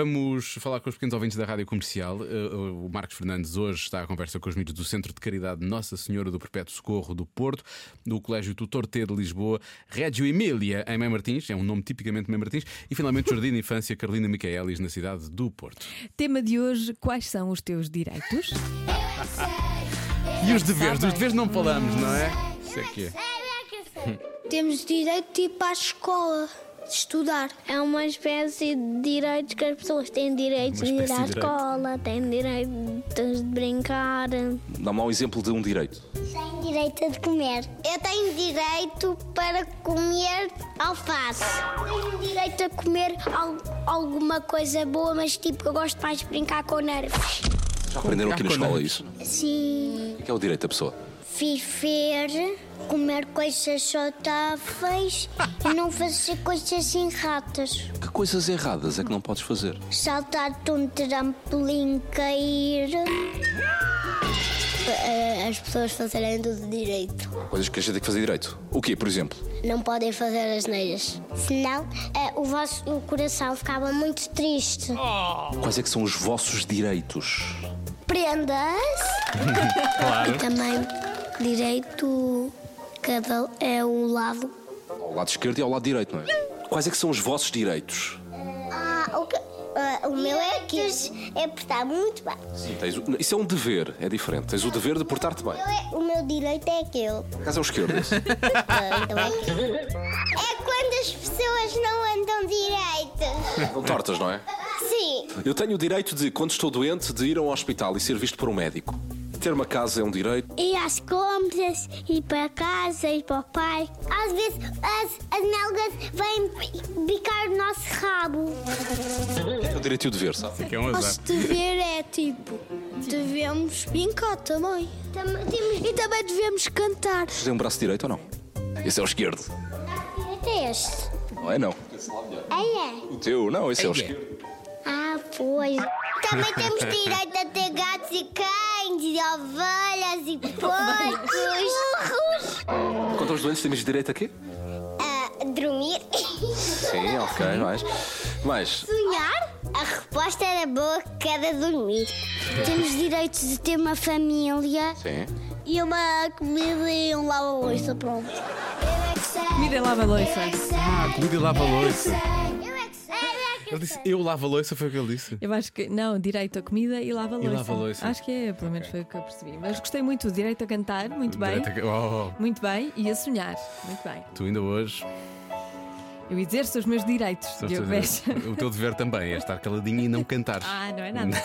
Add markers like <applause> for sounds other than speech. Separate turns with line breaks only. Vamos falar com os pequenos ouvintes da Rádio Comercial. Uh, O Marcos Fernandes hoje está à conversa com os miúdos do Centro de Caridade Nossa Senhora do Perpétuo Socorro do Porto, do Colégio Tutor T de Lisboa, Régio Emília, em Mãe Martins, é um nome tipicamente Mãe Martins, e finalmente Jardim de Infância Carolina Micaelis, na cidade do Porto.
Tema de hoje: quais são os teus direitos?
E os deveres?
bem.
Dos deveres não falamos, não é? Isso é que é.
Temos direito de ir para a escola, de estudar.
É uma espécie de direitos que as pessoas têm direito de ir
espécie
à
de direito.
escola, têm direito de brincar.
Dá-me lá um exemplo de um direito.
Tenho direito de comer. Eu tenho direito para comer alface. Tenho direito a comer al- alguma coisa boa, mas tipo, eu gosto mais de brincar com nervos.
Já aprenderam aqui na
Cá com
escola
nós.
isso?
Sim.
O que é o direito da pessoa?
Viver, comer coisas
<laughs>
saudáveis e não fazer coisas erradas.
Que coisas erradas é que não podes fazer?
Saltar de um trampolim, cair. Ah! As pessoas fazerem tudo direito.
Coisas que a gente tem que fazer direito. O quê, por exemplo?
Não podem fazer as neiras. Senão, eh, o vosso coração ficava muito triste.
Quais é que são os vossos direitos?
Prendas. E também direito. Cada é um lado.
Ao lado esquerdo e ao lado direito, não é? Quais é que são os vossos direitos?
Ah, o, que- ah, o meu é aqui. É portar muito bem.
Sim, tens o- Isso é um dever, é diferente. Tens o dever de portar-te bem.
Eu é- o meu direito é aquele.
Por acaso é o esquerdo. esse. <laughs>
Ah, então é aquele. É quando as pessoas não andam direito.
São tortas, não é?
Sim.
Eu tenho o direito de, quando estou doente, de ir a um hospital e ser visto por um médico. Ter uma casa é um direito.
Ir às compras, ir para casa, ir para o pai. Às vezes as, as melgas vêm bicar o nosso rabo.
É o direito e o dever, sabe?
Que é um azar.
dever é tipo, devemos brincar também. E também devemos cantar.
Tem um braço direito ou não? Esse é o esquerdo.
É este?
Não é não.
É,
O teu, não, esse é o esquerdo.
Ah, pois. Também temos direito a ter gatos e cães, e ovelhas, e porcos.
Quanto aos doentes, temos direito a quê?
a dormir.
Sim, ok, mais. Mas,
Sonhar? A resposta era boa, cada dormir. Temos direito de ter uma família
sim.
e uma comida e um lava-louça, pronto.
Comida e lava-louça.
Ah, comida e lava-louça.
Eu
Ele
é que sei, eu é que
disse,
sei.
eu lavo a louça, foi o que ele disse.
Eu acho que. Não, direito à comida e lava-louça.
lava-louça.
Acho que é, pelo menos foi o que eu percebi. Mas gostei muito. Direito a cantar, muito bem.
Direito a- Oh,
Muito bem. E a sonhar, muito bem.
tu ainda hoje.
Eu exerço os meus direitos,
Só
Diogo
estou a
<laughs> Beja.
dizer, O teu dever também é estar caladinho e não cantar.
Ah, não é nada.